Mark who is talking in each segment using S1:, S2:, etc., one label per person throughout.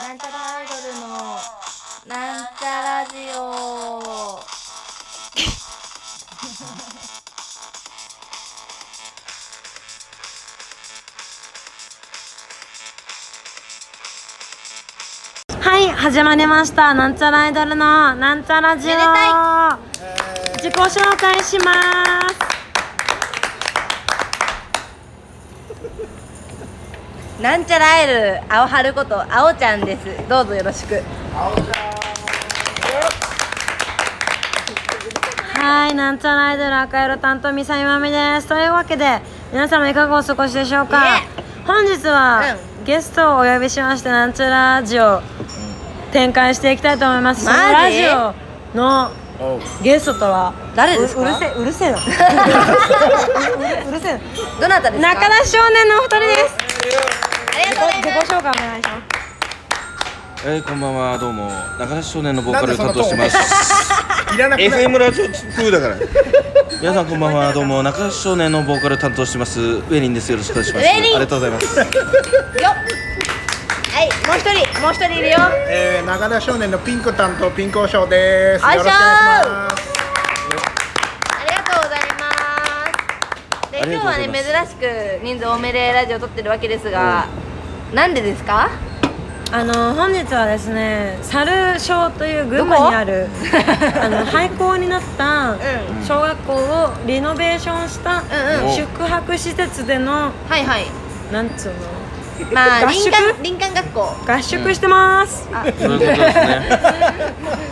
S1: なんちゃらアイドルのなんちゃラジオ
S2: はい始まりましたなんちゃらアイドルのなんちゃラジオ
S1: めでた
S2: 自己紹介します
S1: なんちゃらアイドル青春こと青ちゃんですどうぞよろしく
S2: はいなんちゃらアイドル赤色担当みさゆまみですというわけで皆様いかがお過ごしでしょうか
S1: ね
S2: 本日は、ゲストをお呼びしましてなんちゃらラジオ展開していきたいと思います
S1: マジ
S2: そのラジオの
S3: おう
S2: ゲストとは
S1: 誰ですか
S2: ううるせえうる せえなううるせえな
S1: どなたですか
S2: 中田少年のお二人です
S1: ありがとうございます
S2: 自己紹介お願いします
S3: えー、こんばんはどうも中田少年のボーカルを担当してます
S4: いらなくな
S3: FM ラジオ風だから皆さんこんばんはどうも中田少年のボーカルを担当してますウェリンですよろしくお願いします
S1: ウェリン
S3: ありがとうございます
S1: よっはいもう一人もう一人いるよ
S4: えー、長田少年のピンク担当ピンクおしょうです。
S1: おいしょー
S4: よろしくお願いしま
S1: あ
S4: す。
S1: りがとうございますで
S3: あり
S1: 今日は
S3: がとうござ
S1: ね
S3: います
S1: 珍しく人数多めでラジオ撮ってるわけですが、なんでですか
S2: あの本日はですね猿小という群馬にあるあの廃校になった
S1: う
S2: 小学校をリノベーションした
S1: うん
S3: うん
S2: 宿泊施設での
S1: はいはい
S2: なんつうの
S1: まあ
S2: 合
S1: 林
S2: 宿
S1: 間林間学校
S2: 合宿してます、
S3: そういうことですね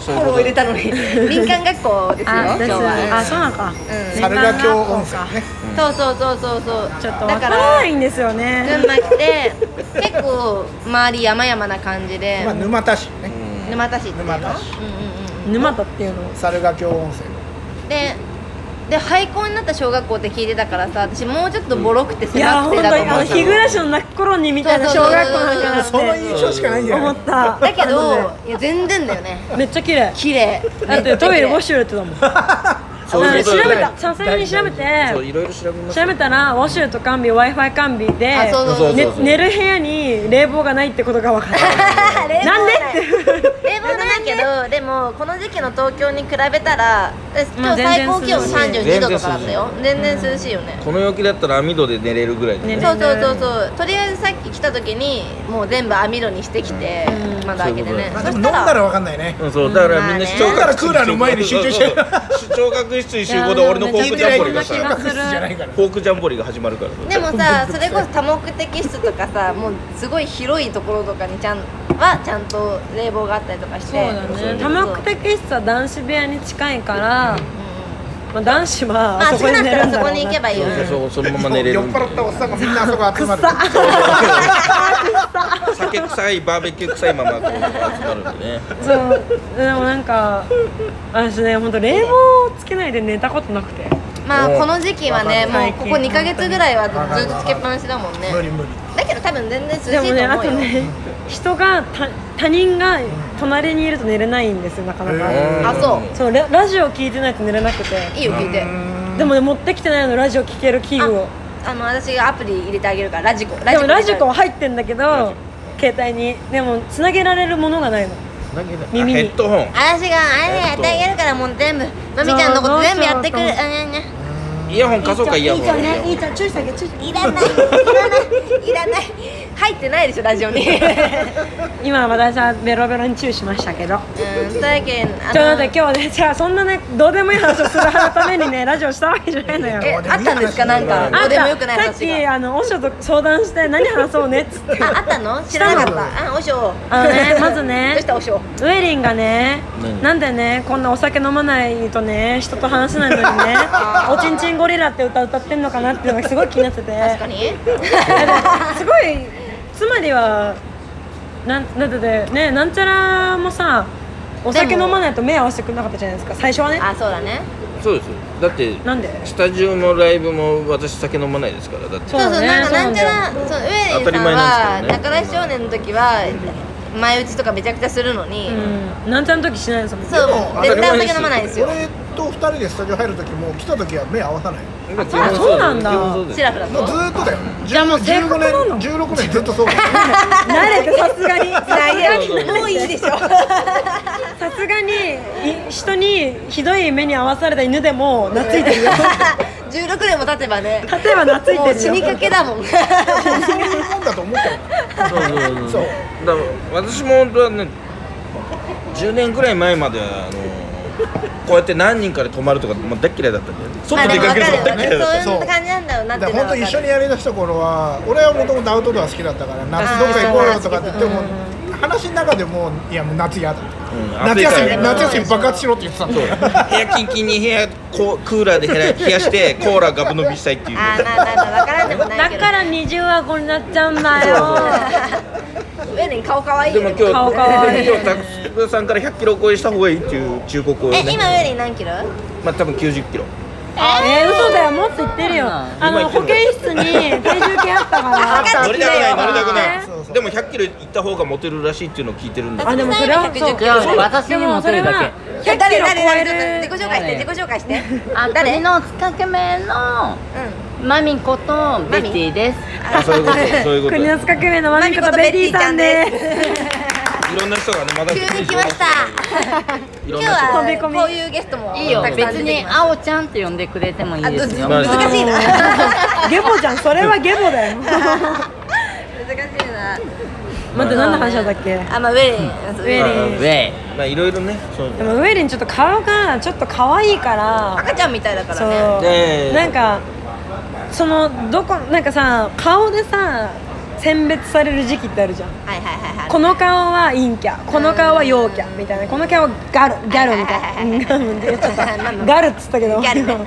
S3: そういうこと
S1: たのに林間学校ですよ
S2: あ
S1: 今
S2: で
S1: 日
S2: す
S1: は
S2: あそうなのか
S1: うん
S4: 猿ヶ京温泉ね。
S1: そうそうそうそうそう
S2: ちょっと
S1: だ
S2: わか
S1: から
S2: な
S1: ら
S2: いんですよね
S1: 群馬来て結構周り山々な感じで、
S4: まあ沼田市ね。
S1: 沼田市っていうの
S4: 沼田市
S1: うんうんうん
S2: 沼田っていうの
S4: 猿ヶ京温泉。
S1: でで廃校になった小学校って聞いてたからさ私もうちょっとボロくて
S2: いや
S1: 狭くて
S2: 本当に
S1: だと
S2: あ
S1: 思
S2: の
S1: っ
S2: 日
S1: た
S2: 暮らしの泣く頃にみたいな小学校なんかな
S1: そ
S2: っ
S4: その印
S2: て
S4: 象しかないんじゃ
S2: 思
S4: ない
S2: っ。た
S1: だけ
S2: あ
S1: ど
S2: のね
S1: いや全然だよね
S2: めっちゃ綺麗
S1: 綺麗
S2: だってトイレウォッ
S1: ュ
S2: シュレットだもん
S3: そういうこ
S2: あ
S3: と
S2: の調べ
S3: で
S2: たさすがに調べて
S3: そういろいろ調べました
S2: 調べたらウォッシュレット完備 w i f i 完備で
S1: あそうそうそう
S3: そう
S2: ね
S3: そうそう
S2: 寝る部屋に冷房がないってことが分かっなんで
S1: って冷房ないけどでもこの時期の東京に比べたらえ今日最高気温
S2: 全然涼しい
S1: 32度とかだったよ全然涼しいよね
S3: この陽気だったら網戸で寝れるぐらいだね
S2: ね
S1: そうそうそうそうとりあえずさっき来た時にもう全部網戸にしてきて窓開けてね
S4: まあ
S1: そ
S4: でも飲
S1: し
S4: ん
S1: た
S4: だ
S1: ら
S4: らわかんないね。
S3: うん、そうだか
S1: ま
S3: ら
S1: あ
S3: みん
S1: ね
S3: な視聴
S1: だ
S4: からクーラーの前に集中しちゃう
S3: 視聴覚室に集合で俺のフォークジャンボリーがさ
S2: いやー
S4: 学室じゃないから。
S3: フォークジャンボリーが始まるから
S1: でもさそれこそ多目的室とかさもうすごい広いところとかにちゃんはちゃんと冷房があったりとかして
S2: そうだね多目的室は男子部屋に近いから、まあ、男子は
S1: まあ
S2: あそ
S1: 暑
S2: こ
S1: く
S2: に
S1: なった
S2: 寝る
S1: ら
S2: ん
S1: そ
S2: だ
S1: こ
S2: ろう
S1: に行
S2: な
S1: けばいいよ
S3: そう
S1: ね
S3: そうそのまま寝れる
S4: 酔っ払ったおっさんがみんなあそこ集まる。
S3: 酒臭いバーベキュー臭いままこう集まるんでね
S2: そうでもなんか私ね本当冷房をつけないで寝たことなくて
S1: まあ
S3: うん
S1: この時期はね
S2: わ
S1: も
S2: か
S1: う
S2: る
S1: ここ2ヶ月ぐらいはずっとつけっぱなしだもん
S4: 無理
S1: ね
S4: 無理。
S1: だけど多分全然涼しい
S2: で
S1: と
S2: もねあ
S1: 思う
S2: と
S1: よ、
S2: ね人が他他人が隣にいると寝れないんですよなかなか、
S4: へ
S1: あそ
S2: そうララジオ聞いてないと寝れなくて
S1: いいよ聞いて
S2: でもね持ってきてないのラジオ聞ける器具を
S1: あの私がアプリ入れてあげるからラジコ
S2: でもラジコは
S1: は
S2: 入ってんだけど携帯にでもつなげられるものがないの耳に
S3: ヘッドホン
S1: 私があれやってあげるからもう全部まみちゃんのこと全部やってくる
S2: そう
S1: あにゃにゃ
S3: イヤホン貸そうかイヤホン
S2: いいじゃんねいいじゃん注意してあげて注意してあげて
S1: いらないいらないいらない入ってないでしょラジオ に
S2: 今私はベロベロに注意しましたけど
S1: うんというわけであの
S2: ちょっと待って今日ね じゃあそんなねどうでもいい話をするためにね ラジオしたわけじゃないのよ
S1: えあったんですかなんかど
S2: あ
S1: うんでも
S2: た
S1: よくない
S2: さっ
S1: 話
S2: き
S1: が
S2: あのおしょと相談して何話そうねっつって
S1: ああったの知らなかった あおしょう
S2: あの ねまずね
S1: どうしたおしょう
S2: ウェリンがね
S3: 何
S2: なんでねこんなお酒飲まないとね人と話せないのに ね「おちんちんゴリラ」って歌歌ってんのかなっていうのがすごい気になってて
S1: 確かに
S2: すごいつまりはなんなんてでねなんちゃらもさお酒
S1: でも
S2: 飲まないと目合わせてくれなかったじゃないですか最初はね
S1: あそうだね
S3: そうですよだって
S2: なんで
S3: スタジオもライブも私酒飲まないですからだって
S1: そうそうなんかなんちゃ
S2: だよ
S1: らそうウェイ
S3: 当た
S1: さ
S3: り
S1: ん
S3: 前な
S1: は
S3: んですけ
S1: 中
S3: どね
S1: 田少年の時は前打ちとかめちゃくちゃするのに
S2: うんなんちゃらの時しないですもん
S1: そう
S4: でも
S1: 絶対お
S3: 当たり前です
S1: 酒飲まないですよ
S4: 俺と二人でスタジオ入る時も来た時は目合わさない
S3: あ
S2: そうそうなんだ
S1: チラフラ
S4: もうず
S1: と
S4: ーっとだよ
S2: じゃあもう性格なの
S4: 15年16年ずっとそうだよ
S2: 慣れてさすが にさすがに
S1: もういい でしょ
S2: さすがにい人にひどい目に合わされた犬でも懐いてる よ
S1: 16年も経てばね
S2: 例えば懐いてる
S1: も
S2: よ
S1: う死にかけだもん
S4: そういうもんだと思ったよ
S3: そうそうそう
S4: そう
S3: だから私も本当はね10年ぐらい前まではあのこうやって何人かで泊まるとかもう大っ嫌いだったんだよね
S1: ま
S3: 外
S1: あでも分
S3: 出かける
S1: か
S3: と
S1: るよねそ
S3: か大っ嫌いだった
S1: ういう感じなんだろうなっ
S4: だ
S1: て
S4: から
S1: いうのは
S4: 本当
S1: 分
S4: 一
S1: か
S4: 緒に
S1: る
S4: やりだした頃は俺はもともとアウトドア好きだったから夏どっか行こうよとかって言っても話の中でもういやもう夏嫌だ
S3: うん
S4: 夏休
S3: 暑い
S4: み
S3: から
S4: 夏休み爆発しろって言ってたんだ
S3: そう
S4: よ
S3: 部屋キンキンに部屋こうクーラーで部屋冷やしてコーラガブ飲みしたいっていう
S1: あーまあまあまあ分からんでもないけ
S2: だ
S1: ど
S2: から二重顎になっちゃうんだよ
S1: 上に顔可愛い
S3: で
S1: よ
S3: も
S1: ね
S3: 今日
S2: 顔かわいい
S3: 今日タクスさんから100キロ超えした方がいいっていう忠告をね
S1: え今上に何キロ
S3: まあ多分90キロ
S2: えー、嘘だよもっと言ってるよあの
S3: 今
S2: 保
S3: 言ってる
S2: 健室に体重計あったから
S1: 分かっ
S3: 乗
S1: て
S3: り
S1: き
S3: たく
S1: た
S3: ない
S1: よ
S3: 乗りたくな
S4: そうそ
S3: いうでも100キロ行った方がモテるらしいっていうのを聞いてるんだ
S2: あでもそれはそう
S1: 110キロ
S2: そう
S5: 私にも
S2: でそれは100キ
S1: え誰
S2: ロ超
S1: 誰誰
S2: え
S1: ちょ
S2: る
S1: っと自己紹介して自己紹介して
S5: あ誰のつかけめの
S1: う
S5: マミコとベティです。
S3: あそういうことそういうこと
S2: 国の塚名のマミコとベティさんです
S3: いろんな人がねまだ
S1: ん急に来ました
S3: い
S1: 今
S3: ろん
S1: 日
S3: な人
S1: は
S2: 飛び込み
S1: こういうゲストも
S5: いいよ
S1: たく
S5: 別
S1: さん出て
S5: に
S1: きます
S5: あおちゃんって呼んでくれてもいい
S1: あど
S5: で
S1: っち
S5: すよ。
S3: まあ
S1: 難しいな難
S2: ゲボじゃんそれはゲボだよ
S1: しいな
S2: 待って何の話だったっけ
S1: あまあ上に
S2: 上に
S5: ウェイ。
S3: まあいろいろねそう
S2: でもウェリンちょっと顔がちょっと可愛いから
S1: 赤ちゃんみたいだか
S2: そう
S1: らね
S3: ねえ
S2: なんかそのどこなんかさ顔でさ選別される時期ってあるじゃん
S1: はいはいはいはい
S2: この顔は陰キャこの顔は陽キャみたいなこの顔はガルギャルみたいなうんちょっとガルっつったけど
S1: ギャルね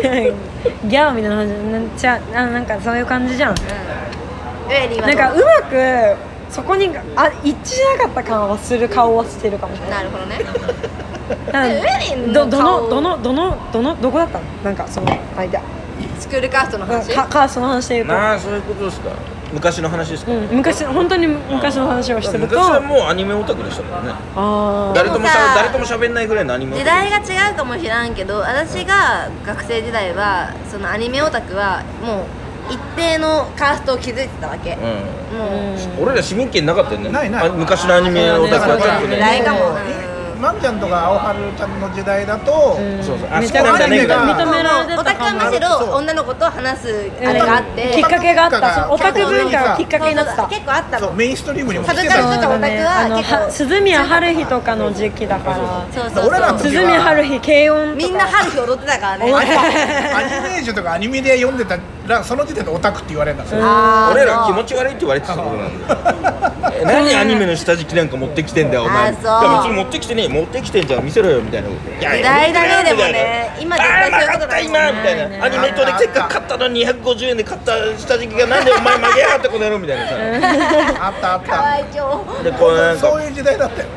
S2: ギャオみたいな感じなんちゃあなんかそういう感じじゃん
S1: 上には
S2: な
S1: ど
S2: ん
S1: う
S2: かうまくそこにあ一致しなかった顔はする顔はしてるかもしれな
S1: な
S2: い
S1: るほどね
S2: なんか
S1: ウェリン
S2: ど
S1: の
S2: ど
S1: 顔
S2: のどのどのどのどこだったのなんかその相手
S1: スクールカーストの話
S2: かかその話で言うと
S3: まあそういうことですか昔の話ですか
S2: うん、昔本当に昔の話をしてる
S3: 昔
S2: と
S3: は
S2: あ
S3: もうアニメオタクでしたもんね
S2: あー
S3: 誰ともしゃべ誰とも喋んないぐらいのアニメオ
S1: 時
S3: タク
S1: 代が違うかもしらんけど私が学生時代はそのアニメオタクはもう一定のカーストを築いてたわけ、
S3: う
S1: もう、
S3: ん俺ら市民権なかったよね
S4: ないない
S3: あ昔のアニメオタクはちょっと
S1: 時代
S3: ね
S1: がもう、
S4: まんちゃんとか青春ちゃんの時代だと
S3: そうそうあ
S2: め
S3: 好き
S2: ちゃ
S3: なん
S2: くちゃ
S3: じゃ
S2: 認
S3: ねえみたい
S4: 認
S3: な
S2: められて
S1: オタ
S2: た
S1: クは
S2: かも
S1: むしろ女の子と話すあれがあって、
S2: きっかけがあったそオ
S4: オ
S2: タ
S4: タ
S2: ク
S4: ク
S2: 文
S4: 文
S2: 化
S4: 化
S2: が
S4: が
S2: きっかけになって
S1: そ
S2: た
S1: う結構あった
S4: そう
S1: の
S4: メインストリームにも
S1: サブ
S4: 来て
S1: カル
S4: た
S1: と
S4: よ
S1: かオタク
S2: あ
S1: は
S2: の
S1: 結構
S2: は鈴宮春日とかの時期だから
S1: そう
S4: だから俺ら
S1: そう
S4: の
S1: そう
S4: 時
S2: 鈴宮春日軽音
S1: み
S2: と
S1: んな
S2: か
S1: 春日踊ってたからね
S2: 踊ってた
S4: アニメージュとかアニメで読んでたらその時点でオタクって言われるんだ よ
S1: あー
S3: 俺ら気持ち悪いって言われてたことなん だよえ何アニメの下敷きなんか持ってきてんだよお前
S1: あ
S3: い
S1: そう
S3: や別に持ってきてねえ持ってきてんじゃん見せろよみたいなこといや
S1: 時代だね
S3: やめてよみたい
S1: でも
S3: な
S1: ね今絶対そういうこと
S3: あーなかった
S1: な
S3: 今
S1: い
S3: みたいなアニメとでせっかく買ったのに250円で買った下敷きがなんでお前曲げやがってこの野郎みたいなさ
S4: あったあっ
S1: 可
S4: た
S1: 愛い情
S3: でこうなん
S4: そう
S3: か
S4: いう時代だったよ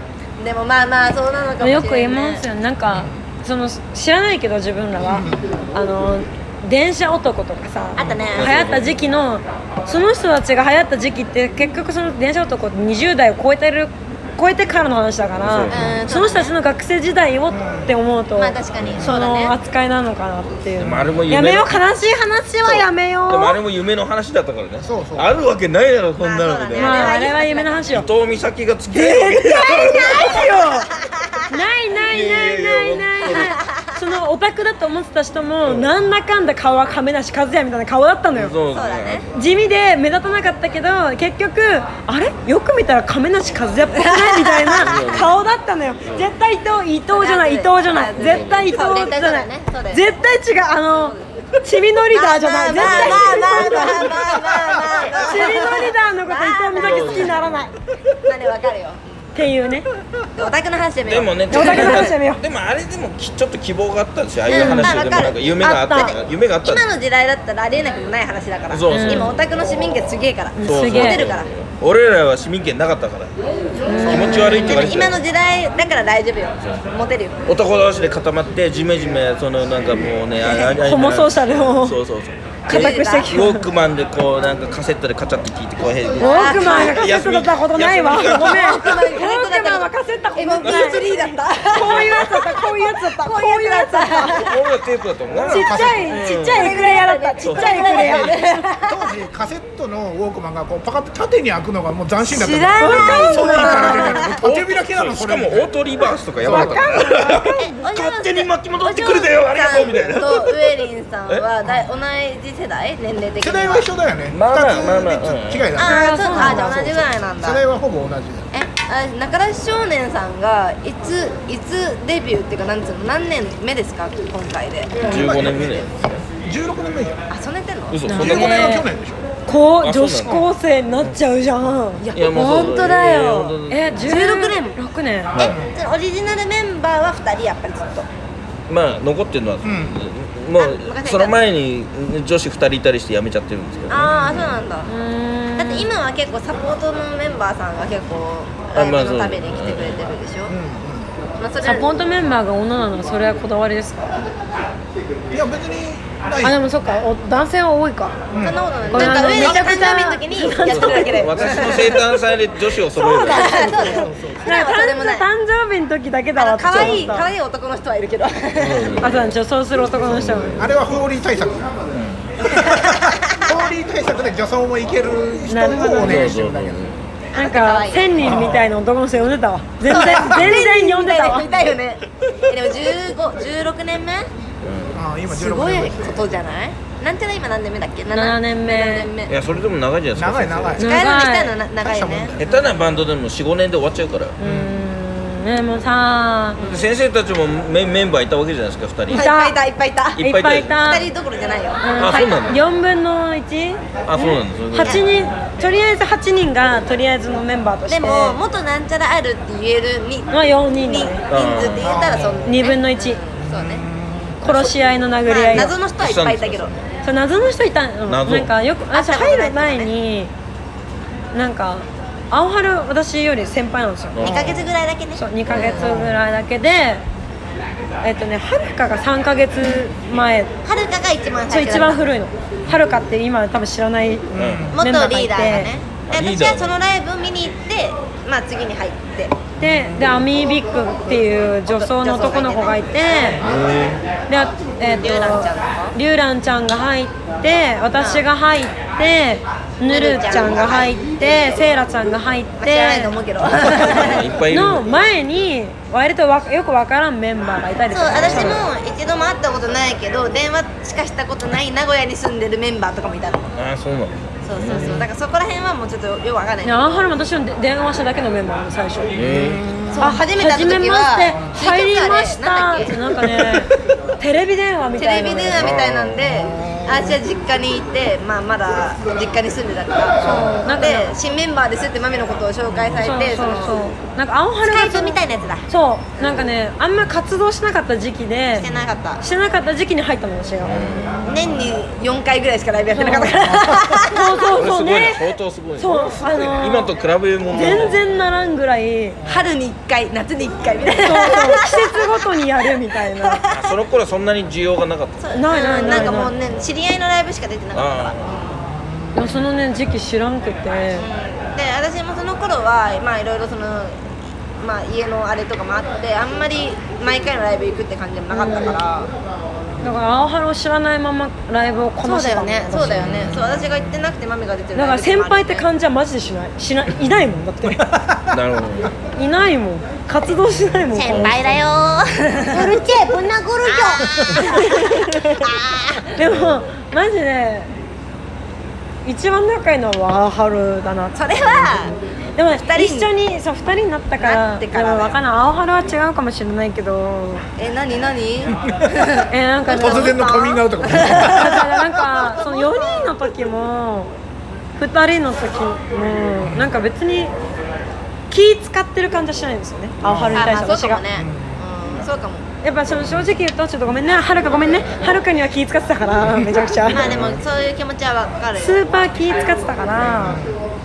S1: でもまあまあそうなのかもしれない
S2: よく言いますよねなんかその知らないけど自分らはあの電車男とかさ
S1: あったね
S2: 流行った時期のその人たちが流行った時期って結局その電車男って20代を超えてる超えてからの話だから、
S1: うん
S2: その人たちの学生時代をって思うと、
S1: まあ確かに
S2: そ
S1: そうだね
S2: の扱いなのかなっていう
S3: でもあれも夢
S2: やめよう悲しい話はやめよう
S3: でもあれも夢の話だったからね
S4: そうそう
S3: あるわけないだろこんなのみたい
S1: ま
S3: な
S2: まああれは夢の話よ
S3: 伊藤美咲が付き合い絶
S2: ないないないないない
S3: いや
S2: ないそのオタクだと思ってた人も、なんだかんだ顔は亀梨和也みたいな顔だったのよ
S3: そ
S1: そ
S3: う
S1: うだね
S2: 地味で目立たなかったけど結局あれよく見たら亀梨和也っぽくないみたい な顔だったのよ絶対伊藤伊藤じゃない伊藤じゃない絶対伊藤じゃない
S1: そうだよねそうだよ
S2: 絶対違うあのチビのリーダーじゃない絶
S1: ま
S2: 対
S1: あまあまあまあまあまあまあまあまあ
S2: チビのリーダーのこと伊藤美咲好きにならないっ
S1: まあねわかるよ
S2: ていうね
S1: オタクの話で
S3: でもね、
S2: でもだけど話してみよう
S3: でもあれでもきちょっと希望があったんですよ。ああいう話でもなんか夢があった
S1: うんまあわか。る
S3: 夢があったんです
S1: 今の時代だったらありえなくもない話だから
S3: そうそう
S1: 今オタクの市民権すげえから
S2: ん
S3: そうそう
S2: すげえ
S1: モテるから
S3: 俺らは市民権なかったから。気持ち悪いって言われて
S1: 今の
S3: た。
S1: 時代だから大丈夫よモテるよ
S3: 男同士で固まってジメジメそのなんかもうねああああ
S2: ホモソーシャルを
S3: そうそうそう
S2: 固くしてき
S3: ウォークマンでこうなんかカセットでカチャッと聞いてこうへん
S2: ウォークマンがカセットだったことないわご
S3: 休
S2: めん
S3: み
S2: ウォー
S3: 休み
S2: クマンはカセットだことないこ
S1: MP3 だった
S2: ういうやつだったこういうやつだったこういうやつだった
S3: 俺はテープだと思うな
S2: ちっちゃいちっちゃいエクレアだったちっちゃいエクレア
S4: 当時カセットのウォークマンがこうパカッと縦に開くのがもう斬新だった
S1: 知ら
S4: い
S1: ない
S4: そうなんだ縦開きなの
S3: し
S4: そ
S3: か
S4: れ
S3: もオートリバースとかやばかった勝手に巻き戻ってくるでよありがとうみたいな
S1: とウエリンさんはだい同じ世代年齢的に
S4: 世代は一緒だよね
S3: まあまあまあまあ
S4: 2つ違いだね
S1: ああそうあじゃあ同じぐらいなんだ
S4: 世代はほぼ同じ
S1: えあ中田少年さんがいついつデビューっていうかなんつうの何年目ですか今回で
S3: 15年目だよ
S4: 16年目じゃん
S1: あそんなやってんの
S3: 嘘そんなこと
S4: 15
S3: ない
S4: 年は去年でしょ
S2: こう
S3: あそう
S2: 女
S3: なの
S2: 子高生になっちゃうじゃん
S1: いや
S3: いやもうそう
S1: 本当だ
S3: いやいや
S1: よ
S3: 本当
S2: え
S1: 16年
S2: 6年
S3: はい
S1: えじゃあオリジナルメンバーは2人やっぱりずっと
S3: まあ残ってるのは、
S4: ん
S3: も
S1: あ
S3: う
S1: 昔いた
S3: その前に女子2人いたりして辞めちゃってるんですけど、ね、
S1: ああそうなんだだって今は結構サポートのメンバーさんが結構ライブのために来てくれてるでしょまあそれ
S2: サポートメンバーが女なのはそれはこだわりですか
S4: いや別にない
S2: あでもそっかお男性は多いか
S1: そんなことない
S2: これ
S1: なんか上に
S2: めちゃくち
S1: 誕
S2: ゃ
S1: 生日の時にやってるだけで
S3: 私の生誕祭で女子を揃える
S1: そうだよそれはとんでもない
S2: 誕生日の時だけだ
S1: あ
S2: わ
S1: の
S2: って思っ
S1: 可
S2: た
S1: 愛い可愛い男の人はいるけど
S2: あそうなん女装する男の人も
S4: あれはフーリー対策だフーリー対策で女装もいける人
S2: なるほど
S4: をお願いして
S3: そう
S4: る
S3: そ
S4: んだ
S3: う
S4: けど
S2: なんか千人みたいな男の人呼んでたわ全然全然呼んでたわ
S1: 見たいよ ねでも15 16年目
S4: あー今
S1: す
S4: 16
S1: ごい
S4: 年目
S1: ことじゃないなんちゃら今何年目だっけ
S2: 7年目
S1: 7年目
S3: いやそれでも長いじゃないですか
S4: 長い 長い
S1: 帰るにしたのな長い
S4: 大したもん
S1: ね
S4: だ
S3: 下手なバンドでも45年で終わっちゃうから、
S2: うーんねもうさ
S3: で先生たちもメメンバーいたわけじゃないですか
S1: い
S3: 2人
S1: っぱ
S2: いた
S1: いいたいっぱいいた
S3: いっぱいいたよ
S2: いっぱい
S1: 二
S2: い
S1: 人どころじゃないよ
S2: たうん
S3: あそうなんだ
S2: 4分の 1?
S3: あそうなんだそういうこと
S2: 8人とりあえず8人がとりあえずのメンバーとして
S1: でも元なんちゃらあるって言えるに
S2: まあ4人
S1: に人
S2: だね
S1: 数って言ったらそんな
S2: 2分の1
S1: そうね
S2: 殺し合いの殴り
S1: ま
S2: 合
S1: あ
S2: い
S1: 謎の人はいっぱいいたけど
S2: そう謎の人いたの
S3: 謎
S2: なんかよく私
S1: 会ったこと
S2: 入
S1: ない
S2: る前になんか青春私より先輩なんですよ
S3: うん
S1: 2ヶ月ぐらいだけね
S2: そう2ヶ月ぐらいだけでえっとねはるかが3ヶ月
S1: は
S2: 前
S1: るかが一番
S2: そう
S1: 最初
S2: 一番古いのはるかって今多分知らない
S3: うん
S1: 元リーダーがねで
S3: メンバーがいて
S1: 私はそのライブ見に行ってまあ次に入って
S2: ででアミービックっていう女装の男の子がいてであえっと
S1: リュウランちゃんとか
S2: リュウランちゃんが入って私が入ってぬるちゃんが入ってセイラちゃんが入っ
S1: まあ知らない
S2: て
S1: と思うけど
S3: いっぱいいる
S2: の前に割とわよくわからんメンバーがいたり
S1: そう私も一度も会ったことないけど電話しかしたことない名古屋に住んでるメンバーとかもいたの
S3: あそうなんだ
S1: そうそうそうだからそこら辺はもうちょっとよくわかんない
S2: でアンハルも私ので電話しただけのメンバーなの最初
S3: え
S1: そう初めて会った時は
S2: 初めまして入りましたっ
S1: ツイ
S2: て
S1: キャスあれな
S2: なんん
S1: だ
S2: か
S1: っけ
S2: ねテレビ電話み
S1: テ
S2: た
S1: レ
S2: いな
S1: ビ
S2: の
S1: 電話みたいなんで私は実家にいて、まあ、まだ実家に住んでたから
S2: そうなんかね
S1: で新メンバーですってマミのことを紹介されて
S2: そ
S1: そ
S2: うそう
S1: の
S2: そうなんかアンハ
S1: ス
S2: ル
S1: カイ
S2: はそ
S1: プ
S2: の
S1: みたいなやつだ
S2: そうなんかねあんま活動しなかった時期で
S1: してなかった
S2: してなかった時期に入ったの私が
S1: 年に4回ぐらいしかライブやってなかったか
S2: そ
S1: ら
S2: うそうそう
S3: れすごいね
S2: ね
S3: 相当すごいね
S2: そうあのー
S3: 今と比べるもの
S2: 全然ならんぐらい
S1: 春に1回夏に1回みたい
S2: そう
S1: な
S2: そう季節ごとにやるみたいな
S3: あその頃そんなに需要がなかった
S1: そう
S2: ないないない
S1: んかもうね知り合いのライブしか出てなかったから
S3: あ
S2: でもそのね時期知らんくて
S1: で私もその頃はまあいろいろそのまあ家のあれとかもあってあんまり毎回のライブ行くって感じでもなかったから、
S2: だから青春を知らないままライブをこ
S1: そ
S2: な
S1: う
S2: し
S1: だ
S2: てた
S1: よ
S2: もん
S1: ね
S2: 私
S1: そうだよねそう私が行ってなくてマミが出てる
S2: だから先輩って
S1: じ
S2: 感じはマジでしないしないいないもんだって
S3: あなるほど
S2: いないもん活動しないもん
S1: 先輩だよールチェぶん殴るよ
S2: でもマジで一番仲いいのはワーハルだなって
S1: それは
S2: でも
S1: 人に
S2: 一緒にそう二人になったから
S1: なってからだよ
S2: でも分かんない青春は違うかもしれないけど
S1: え何何
S2: えなんか
S4: 突然のカミングアウトが
S2: だからなんかその4人の時も2人の時もなんか別に気使ってる感じはしないんですよね青春に対して
S1: あまあそう
S2: 私
S1: か
S2: が
S1: もねうんそうかも
S2: やっぱその正直言うとちょっとごめんねはるかごめんねはるかには気使って たからめちゃくちゃ
S1: まあでもそういう気持ちはわかる
S2: スーパー気使ってたから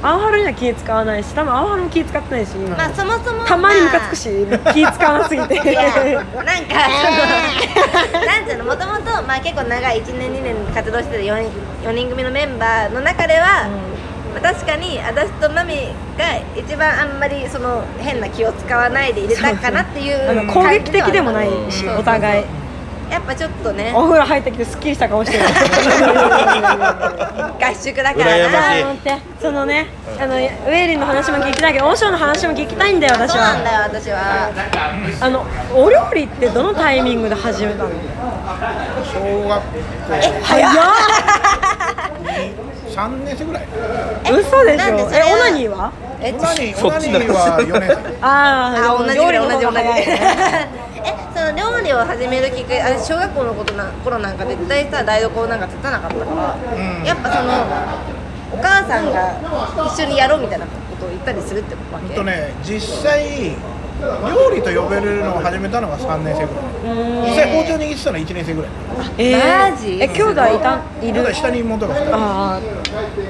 S2: 青春には気使わないし多分青春も気使ってないし今、
S1: まあそもそも
S2: たまにムカつくし気使わなすぎて
S1: いやなんかそのなんていうのもともとまあ結構長い1年2年活動してた4人 ,4 人組のメンバーの中では、まあ確かに私とマミが一番あんまりその変な気を使わないで入れたかなっていう
S2: あの攻撃的でもないしお互い
S1: やっぱちょっとね
S2: お風呂入ってきてすっきりした顔し てる
S1: 合宿だから
S3: 羨ま
S1: な
S3: しい
S2: あのってそのねあのウェーリンの話も聞きたいけど王将の話も聞きたいんだよ私
S1: そうなん
S2: は
S1: だよ私は
S2: あのお料理ってどのタイミングで始めたの
S4: 小学
S2: 早っ
S4: 3年生ぐらい
S2: 嘘でし
S1: なんで
S2: ょ
S1: それ
S2: え
S1: は
S2: オナニーは
S1: え
S4: オナニー
S3: そ
S4: オ
S3: っ
S4: ナ
S3: ち
S4: ニ
S3: だ
S4: ーは4年 生
S2: あ
S1: あ同じぐらい同
S2: 料
S1: じ同
S2: 理の方
S1: じ
S2: が早い
S1: えその料理を始めるきっかけ私小学校のことな頃なんか絶対さ台所なんか立たなかったから、
S4: うん
S1: やっぱそのお母さんが一緒にやろうみたいなことを言ったりするってわ
S4: え
S1: け
S4: っとね実際料理と呼べるのを始めたのが3年生ぐらい実際包丁握ってたのは1年生ぐらい
S2: えー
S5: マジ
S2: え兄弟いたい
S4: た
S2: る
S4: だ下に妹が2人だか
S2: あ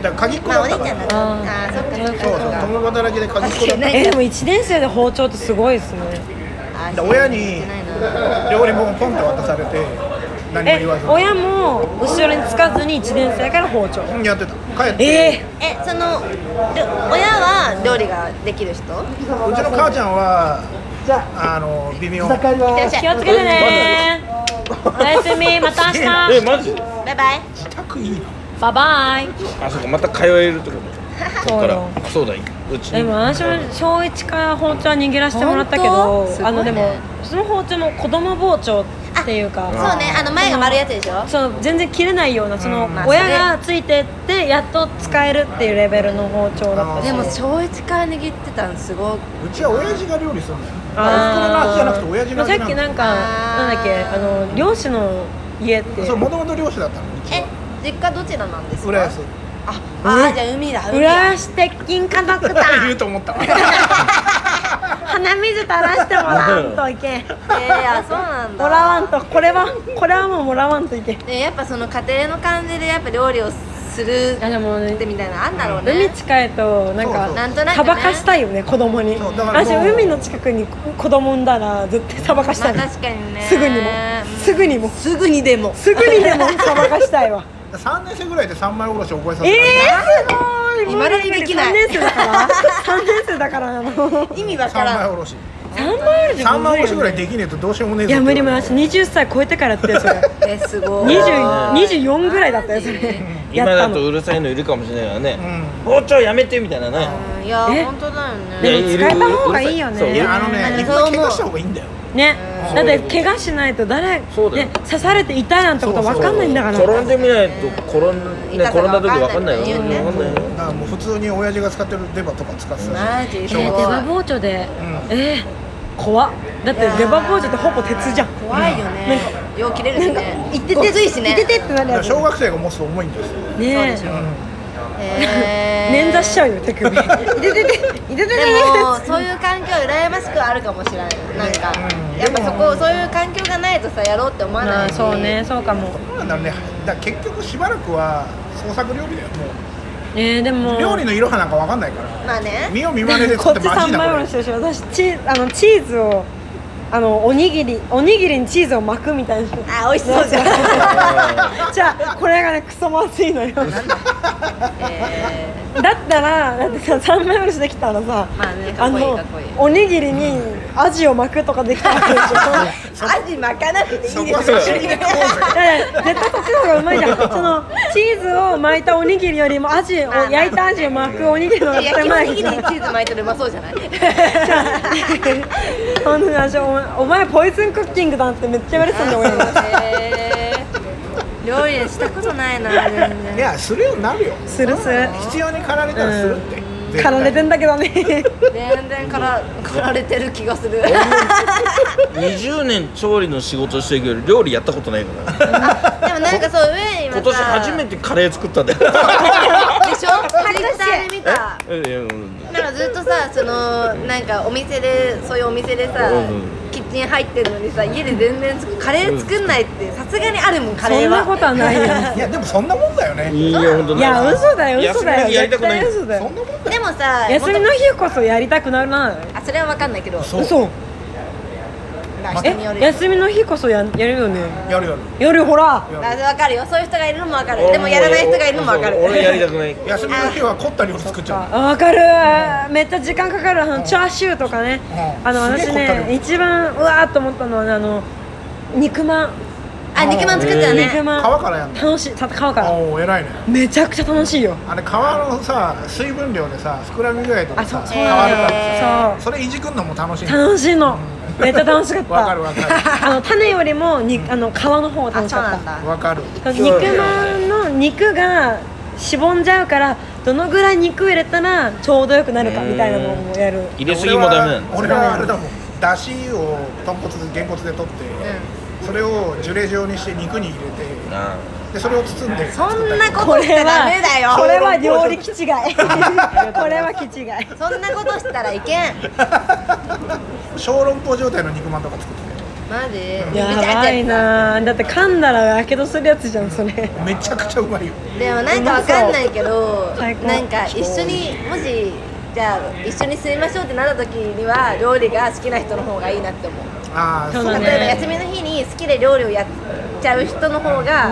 S4: ら鍵っ子
S1: まあ
S4: だ
S1: お
S4: っ
S1: 兄ちゃ
S4: たから
S1: んだった
S2: あ
S1: ああーそっかそっか
S4: そう
S1: そ
S4: そう
S1: っか
S4: 共働きで鍵っ子だった
S2: ーえでも1年生で包丁ってすごいですね
S1: あー
S4: だ親に
S1: 知らないな
S4: 料理本をポンと渡されて何も
S2: え
S4: 言わずに
S2: 親も後ろにつかずに1年生から包丁
S4: うんやってた帰って
S2: え
S1: えそのりょ親は料理ができる人
S4: うちの母ちゃんはあの微妙
S1: いってらっ
S2: ー、
S1: し
S2: 気
S1: ゃ
S2: を
S1: い
S2: つけてねーおやすみまた明
S3: え
S2: 日
S3: マジ
S1: バイバイ
S4: 自宅いいな
S2: バイバイ
S3: あそっかまた通えるってことそっ
S2: そう
S3: か
S2: よ
S3: らあそうだうち
S2: でも私も小1から包丁は握らせてもらったけど、
S1: 本当
S2: あのでも
S1: す
S2: その包丁も子供包丁っていうか
S1: そうねあの前が丸いやつでしょ
S2: そう全然切れないようなその
S1: まあ
S2: 親がついてってやっと使えるっていうレベルの包丁だったし
S1: でも小一から握ってたんすごいう
S4: ちは親父が料理するんだよ
S2: あ
S4: あ大人の味じゃなくて親父の
S2: まあさ
S4: 味な
S2: っ
S4: の
S2: きなんか
S1: あー
S2: なんだっけあの漁師の家って
S4: そうもともと漁師だったの
S1: え実家どちらなんですか
S4: 浦安
S1: ああーじゃあ海だ海だ
S2: 浦安鉄筋家族だ
S4: 言うと思ったわ
S2: 鼻水垂らしてもらわんとい けん
S1: えー、あそうなん
S2: もら
S1: だ
S2: わ んとこれはこれはもうもらわんといけん
S1: でやっぱその家庭の感じでやっぱ料理をする
S2: あでもね
S1: ってみたいなあんだろう
S2: 海
S1: ね
S2: 近いとなん
S4: そうそ
S2: か
S4: う
S1: なんとなくね
S2: さばかしたいよね子供に
S4: そうだから
S2: 私
S4: もう
S2: 海の近くに子供産んだら絶対さばかし
S1: ま
S2: た
S1: あ
S2: い、
S1: 確かにね
S2: すぐにもす
S1: すぐ
S2: ぐにも
S1: にでも
S2: すぐにでもさばかしたい わ
S4: 3年生ぐらいで三枚おろし覚えさせ
S2: え
S4: られた
S2: ー、すごい
S1: 未だにできない
S2: 3年生だから三年生だからあの
S1: 意味わか
S4: 三枚
S1: らん
S4: おろし
S2: 3万円
S4: 三枚おろしぐらい
S2: い
S4: できねえとどうしようもねえ
S2: い
S4: ぞ
S2: や無理無理
S4: い
S2: 私20歳超えてからやってよそ れ
S1: えす ごい
S2: 20 24ぐらいだったよそれ
S3: 今
S2: やった
S3: だ
S2: の
S3: とうるさいのいるかもしれないからね包丁やめてみたいなね
S1: いや
S2: え
S1: 本当だよね
S2: でも
S3: いやい
S2: 使
S3: る
S2: えた方がいいよね
S3: そうる
S4: やあの
S1: まあ
S4: ね
S1: で
S4: いっ
S1: も
S4: ぱ
S1: そう
S4: い怪我した方がいいんだよ
S2: ねだって怪我しないと誰
S3: そうだよ
S2: ね刺されて痛いなんてこと分かんないんだから
S3: 転んでみないと転ん,、ね、
S1: 痛さ
S3: 転
S1: が
S3: んだ時わかんないよ
S1: わかんないよね
S3: わかんないよ
S4: だからもう普通に親父が使ってる出刃とか使ってたし
S1: マジすごい
S2: えー、出刃包丁で、
S4: う
S2: えー、怖っだって出刃包丁ってほぼ鉄じゃん
S1: 怖いよねよう切れるしねいっててついしね
S2: いててってなる
S4: だか
S2: や
S4: ら
S2: つ
S4: 小学生が持つと重いんですよ
S2: ねえ
S1: 捻
S2: 捻挫しちゃうよ 手首いててていてて
S1: で
S2: て
S1: もそういう環境羨ましくはあるかもしれないなんかやっぱそこそういう環境がないとさやろうって思わ
S2: ま
S1: ない
S2: あ
S1: し
S2: そうねそうかも
S4: そうなんだろうねだから結局しばらくは創作料理だよも
S2: えー、でも
S4: う料理のいろはなんかわかんないから
S1: まあね
S4: 見よう見まねで
S2: こ
S4: 作っ
S2: ってち
S4: マジ
S2: 三
S4: だ
S2: 枚お
S4: こ
S2: ろ
S4: れ
S2: しでしょ私チーあのチーズをあのおにぎりおにぎりにチーズを巻くみたいな
S1: あ美味しそうじゃん
S2: じゃあこれがねクソまずいのよ
S1: え
S2: だったらだってさ三枚おろしできたらさ、
S1: まあねか
S2: あ
S1: っこいい
S2: の
S1: かっこいい
S2: おにぎりにアジを巻くとかできたわけでしょ
S1: ー、味巻かなくていいです
S4: そ
S1: よ
S4: こは刺身で
S2: だから絶対そっちの方がうまいじゃんそのチーズを巻いたおにぎりよりもアジを
S1: まあまあ
S2: 焼いたアジを巻くおにぎりの方が絶
S1: 焼き
S2: 対う
S1: お
S2: まい
S1: にぎりにチーズ巻いたらうまそうじゃない
S2: 本当に私お前お前ポイズンクッキングだってめっちゃ言われてたんだ俺に
S1: へー 料理したことないな全
S4: い
S1: 然
S4: やするようになるよ
S2: するする
S4: 必要に駆られたらするって
S2: 駆
S4: 絶対
S2: られてんだけどね
S1: 全然からかられてる気 がする
S3: 20年調理の仕事してるけど料理やったことないから
S1: でもなんかそう上に今さ
S3: 今年初めてカレー作ったんだよ
S1: でしょツイッターで見た
S3: えいやうん
S1: なんかずっとさそのなんかお店でそういうお店でさ、
S3: うんうん
S1: キッチン入ってるのにさ家で全然作カレー作んないってさすがにあるもんカレ
S2: そ
S1: ー
S2: ん
S1: は
S2: なこと はないよ
S4: いやでもそんなもんだよね
S3: いいよ本当
S2: いや嘘だよ嘘だよ
S3: 休みの日やりた
S2: 絶
S3: くない
S2: 対嘘だ
S4: そ
S2: よ
S4: んなもん
S1: でもさ
S2: 休み
S1: 元
S2: の日こそやりたくなるな
S1: 々あそれは分かんないけど
S4: そう
S2: 嘘
S1: まあ
S2: え
S1: 人によるよ
S2: 休みの日こそややるよね
S4: やるやる
S2: 夜ほら
S1: あ分かるよそういう人がいるのも分かるでもやらない人がいるのも分かる
S3: 俺やりたくない
S4: 休みの日は凝った料理作っちゃう
S2: あわかるめっちゃ時間かかるあのチャーシューとかね
S4: うん
S2: あの
S4: す
S2: 私
S4: げえ凝った
S2: ね
S4: 料
S2: 一番うわーっと思ったのはねあの肉まん
S1: あ肉まん作ったよ
S2: 肉
S1: ね
S2: まん
S4: 皮からやんの
S2: 楽しいた皮から
S4: おお偉いね
S2: めちゃくちゃ楽しいよ
S4: あれ皮のさ水分量でさ膨らみ具合とか
S2: あそ
S4: さ
S2: うそう
S4: 変
S2: な
S4: わ
S2: ん
S4: る
S1: 変わ
S4: か
S1: る
S2: だ
S4: らそれいじくんのも楽しい
S2: そう楽しいのめっちゃ楽しかった
S4: わかるわかる
S2: あの種よりもにあの皮の方が楽
S1: あ
S2: し
S1: そう
S2: か
S1: な
S2: っ
S1: ん
S2: た
S1: だ
S4: わかる
S2: 肉まんの肉がしぼんじゃうからどのぐらい肉入れたらちょうどよくなるかみたいなのもやる
S3: 入れすぎもダメなの
S4: 俺は俺はあれだもんだしを豚骨でげんこつで取って、それをジュレ状にして肉に入れて
S3: あ
S4: でそれを包んで
S1: そん
S4: 作っ
S1: な
S4: たり
S1: ことしてダメだ
S2: こ
S1: よ
S2: れは料理気違いこれは気違い
S1: そんなことしたらいけん
S4: 小籠包状態の肉まんとか作って
S1: マジ
S2: やばいなだって噛んだらやけどするやつじゃんそれ
S4: めちゃくちゃうまいよ
S1: でもなんかわかんないけど
S2: 最高
S1: なんか一緒にもしじゃあ一緒に住みましょうってなった時には料理が好きな人の方がいいなって思う
S4: ああ
S2: そ
S4: そうう
S2: だ
S1: 例
S2: ね
S1: えば休みの日に好きで料理をやっちゃう人の方が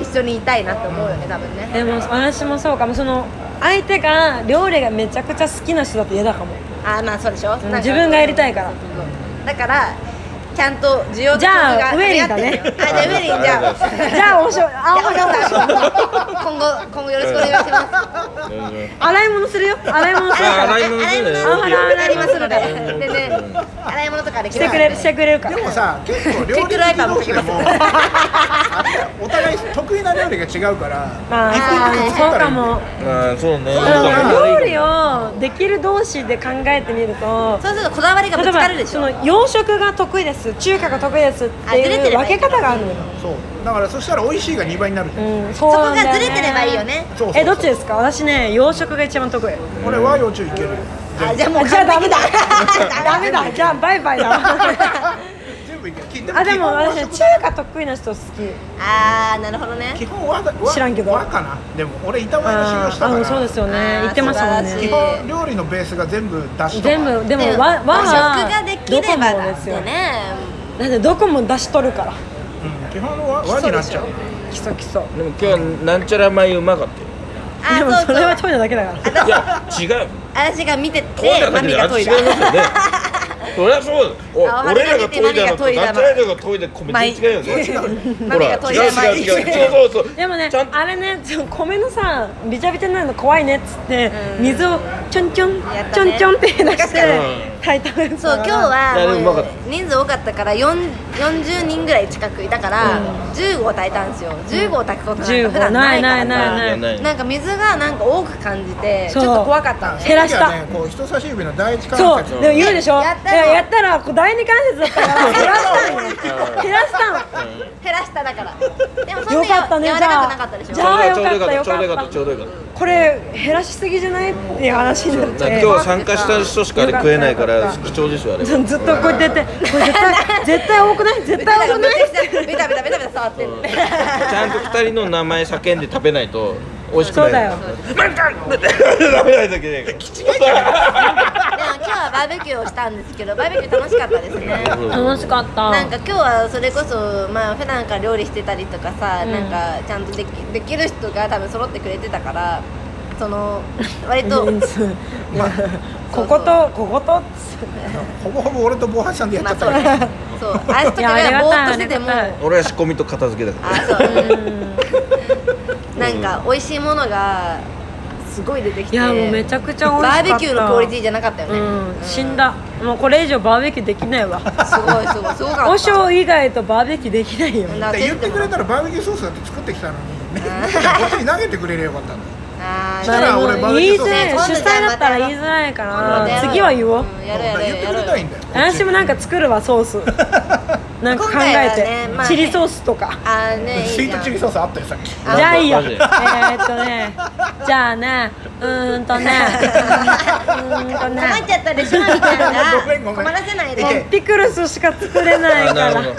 S1: 一緒にいたいなって思うよね多分ね
S2: でも私もそうかもその相手が料理がめちゃくちゃ好きな人だと嫌だかも
S1: ああまあそうでしょなんか
S2: 自分がやりたいから
S1: だからちゃんと需要と
S2: じゃあウェリーだね
S1: あじゃあウェリーじゃあ
S2: じゃあおしょあ
S1: じゃあ
S2: おしょ
S1: 今後今後よろしくお願いします
S3: あ
S2: 洗い物するよ洗い物する
S3: あ
S2: か
S3: 洗
S2: ら
S3: い物するね
S1: 洗い物ありますのででね洗い物とかでき
S2: し
S1: る
S2: てくれるしてくれるから
S4: で もさ結構料理好き
S1: キックライターも
S4: 同
S1: か
S4: 士
S1: け
S4: で
S1: ます
S4: もあれだよ お互い得意な料理が違うから
S2: まあ
S1: 一個一個
S2: そ
S4: 作
S2: う
S4: ったら
S2: か
S4: いいんだよ
S2: も
S3: あそうね
S2: 料理をできる同士で考えてみると
S1: そうするとこだわりがぶ
S2: 例
S1: つ
S2: え
S1: かるで
S2: ば
S1: し
S2: そ
S1: ょ
S2: の洋食が得意です中華が得意ですって
S1: あずれ
S2: い
S1: てれ
S2: う分
S1: ばい
S2: け
S1: い
S2: 方があるのよ、
S4: そうだからそしたら美味しいが2倍になるじゃん、
S2: うん、
S1: そ
S2: そ
S1: こ
S2: うなんだよ
S1: が
S2: ね
S1: ずれてればいいよね
S4: そうそうそう
S2: えどっちですか私ね洋食が一番得意
S4: これ和洋中いけるよ
S1: あじゃあもう
S2: あじゃあダメだダ
S1: ダ
S2: メ
S1: メ
S2: だじゃあバイバイだ
S4: 全部いけるき
S2: あでも私
S4: 基
S2: ね
S4: 本
S2: 中
S4: 和
S2: 華得意な人好き
S1: あーなるほどね
S4: 基本和だ和
S2: 知らんけど
S4: 和かなでも俺板前の修
S2: あ
S4: 行した
S2: ー
S4: か
S2: あ
S4: ら
S2: そうですよ
S1: あ
S2: ね
S1: ー
S2: 言ってましたもん
S1: 素晴らし
S4: 基
S1: い
S2: ね
S4: 本料理のベースが全部だしとか
S2: 全部でも和和
S1: 和食が
S2: は
S1: でき
S2: どこ
S1: れば
S2: もで
S1: だっ
S2: す
S1: て
S2: よ
S1: ね
S2: だってどこも出しとるから
S4: うん基本和和になっちゃう
S2: 基礎基礎
S3: でも今日はなんちゃら米うまかったよ
S1: あ
S2: でも
S1: そう
S2: それは
S1: そう
S2: トイレだけだから
S3: いや違うよ
S1: 私が見て
S3: トイレ
S1: て
S3: だ
S1: マ
S3: け
S1: ミ
S3: で
S1: が
S3: 味
S1: トイ
S3: 違い
S1: レ
S3: ますよねそりゃそうだよお
S1: あ
S3: 俺らがトイレだのと
S1: マミがトイレ
S3: な
S1: だの
S3: んちゃらがトイレだの米全然違うよね
S1: マ
S3: ほ
S1: ミが
S3: ら
S1: トイ
S3: 違う
S1: レ
S3: 違う
S1: 前
S3: 違うそうそうそう
S2: でもね
S3: ちゃんと
S2: あれねちょ米のさびちゃびちゃになるの怖いねっつって
S1: うん
S2: 水をちょんちょん
S1: やったね
S2: ちょんちょんって出して
S3: う
S2: 炊いたやつ
S1: そう今日
S3: いやでもうまか
S1: は
S3: った
S1: もう人数多かったからよん40人ぐらい近くいたから15を炊いたんですよ15を炊くことなんか
S2: 15
S1: 普段ないから
S2: ないない
S1: さ
S2: ない
S3: やない
S1: なんか水がなんか多く感じてち
S2: そ
S1: ょ
S2: う
S1: っと怖かったのね
S2: 減らした
S4: その時はねこう人差し指の第一関
S2: そう
S4: 節
S2: でも言うでしょ
S1: やった
S2: い
S1: の
S2: ややったらこう第二関節だったから減らしたんよ減らしたん
S1: 減らしただからでもそん
S2: よ
S1: な
S2: かったね
S1: 柔ら
S2: じゃ
S1: か
S2: あ
S1: くなかったでしょ
S2: じゃあ
S3: ちょうどよかったちょうどよかったち
S2: ち
S3: ょ
S2: ょ
S3: うどよかった
S2: これ減らしすぎじゃないっていう話になっ
S3: だから
S2: て
S3: 今日参加した人しかあれ食えないから貴重でしょあれ
S2: ずっとこうやってやってこれ絶対絶対多くない絶対多くない
S1: ベタベタベタベタ触ってる
S3: ちゃんと二人の名前叫んで食べないと美味しく
S2: そうだ
S3: ない
S2: よ
S3: なんか食べないといけないから
S1: でも今日はバーベキューをしたんですけどバーベキュー楽しかったですね
S2: 楽しかった
S1: なんか今日はそれこそまあ普段から料理してたりとかさ、
S2: うん
S1: なんかちゃんとできできる人が多分揃ってくれてたからその割と
S2: こことここと
S4: ほぼほぼ俺と防犯さんでやっち
S1: ま
S4: ゃ
S1: あ
S4: った
S1: そう
S4: から
S1: そうあれとかがぼーっとしてても
S3: 俺は仕込みと片付けだから
S1: あそう なんか美味しいものがすごい出てき
S2: い
S1: て
S2: やもうめちゃくちゃ美味しかった
S1: バーベキューのクオリティじゃなかったよね、
S2: うん死んだもうこれ以上バーベキューできない わ
S1: すごいすごいすごかった
S2: 王将以外とバーベキューできないよ
S1: な
S4: で言ってくれたらバーベキューソースだって作ってきたのにねこっちに投げてくれればよかったんだよ
S1: あー
S4: したら俺バーベキ
S2: 言いづ
S4: ューソ
S2: らい
S4: ー
S1: ス
S2: 主催だったら言いづらいか
S1: やろう
S2: ら次は言おう
S1: うんやろうやろう
S4: 言ってくれたらいいんだよ
S2: 私もなんか作るわソースなんか考
S1: 今回
S2: え
S1: は
S2: て、
S1: ねまあね
S2: チリソースとか
S1: あーねいい
S4: スイ
S1: じ
S4: ー
S1: ゃ
S4: ト
S1: ん
S4: チリソースあったよさっき
S2: じゃあいいよ
S3: マジ
S2: え
S3: で
S2: ーっとねじゃあねうーんとねうーんと
S1: 困っ
S2: ね
S1: ちゃったでしょみたい な
S4: ごめんごめん
S1: 困らせないで
S4: いけ
S2: ピクルスしか作れないか
S3: あな
S2: ら
S3: るほど、うん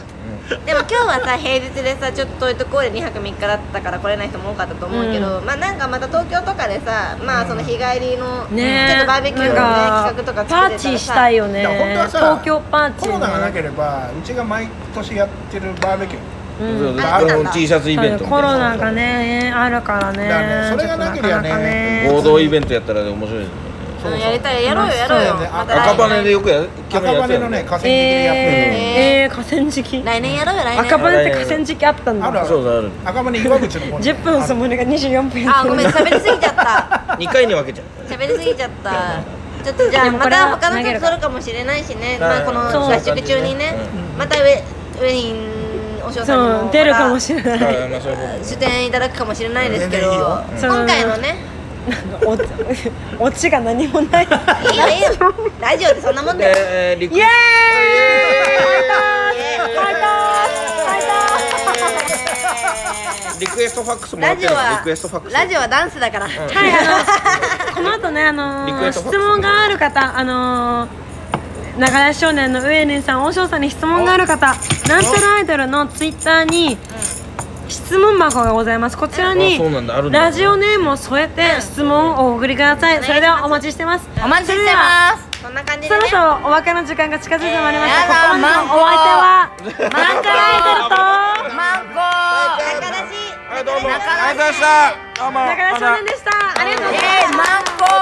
S1: でも今日はさ平日でさちょっと遠いところで2泊3日だったから来れない人も多かったと思うけど、まあなんかまた東京とかでさまあその日帰りの、
S2: ね
S1: ちょっとバーベキューの、ね、企
S2: なんか
S1: 画とか作れたらさ
S2: パーティーしたいよね
S4: だから本当はさ
S2: 東京パーティー、ね、
S4: コロナがなければうちが毎年やってるバーベキュー
S2: うん
S3: そうそう
S1: あそうなんだ
S3: T シャツイベントみた
S2: コ
S3: いな
S2: ロナがねあるからね
S4: だからねそれがなけりゃね
S2: ちょっとなかなか
S3: 合同イベントやったら面白いね
S1: うんやりたいやろうよやろうよ
S4: そうだよね
S1: また
S3: 赤
S1: 来年
S3: 羽でよくや去
S4: 赤
S3: 年やってた
S4: 羽
S3: よ
S4: のね
S3: ね
S4: 河川敷でやって
S2: え
S4: る、
S2: ー、えー、河川敷
S1: 来年やろうよ来
S2: 赤
S1: 年
S2: 羽って河川敷あったん
S4: あるあ
S2: だ
S4: る
S3: そうそうある
S4: 赤羽岩口の 方に
S2: 10分そのが24分
S1: あごめん喋りすぎちゃった
S3: 2回に分けちゃう
S1: 喋りすぎちゃったちょっとじゃあ
S2: でも
S1: ま
S2: これ
S1: た
S2: は
S1: 他の
S2: 投げ
S1: 曲
S2: る
S1: 撮るかもしれないしねま
S3: は
S1: あ
S3: い
S1: この
S2: そう
S1: 合宿中にねまたウェウェインお嬢さんにもま
S2: そう
S1: た
S2: 出るかもしれ
S3: だ
S2: ない
S3: からまあそういう こと
S1: 出演いただくかもしれないですけど
S4: 全然いいよ
S2: うん
S1: 今回のね
S2: おオチが何も ない
S1: いいよいいよラジオってそんなもんだよ
S3: えーリク
S2: イエーイ
S1: イエーイ
S2: ファイトファイ
S3: リクエストファックスもら
S1: ラ
S3: って
S1: ジ
S3: る
S1: オ
S3: からリクエストファッ
S1: は
S3: クス
S1: ラジオはダンスだから、
S2: トはいあのこの後ねあの
S3: リクエスト
S2: 質
S3: ファックス
S2: 問がある方あの流れ少年の上根さん、王将さんに質問がある方、なんちゃらアイドルのツイッターに質問箱がございます。こちら
S3: あ
S2: に
S3: そうなんだあるんだ
S2: ラジオネームを添えて質問をお送りください。それではお待ちしてます。
S5: お待ちしてます
S1: そんな感じ
S2: そ
S1: でね
S2: ろそろお別れの時間が近づいてまいりました。
S5: えー
S2: ここまでのお相手は、なんちゃらアイドルと、
S5: マンゴー
S1: 仲良し
S3: はいどうもありがとうございましたどうも
S2: 中田少年でした。ありがとうございました。
S5: マンゴー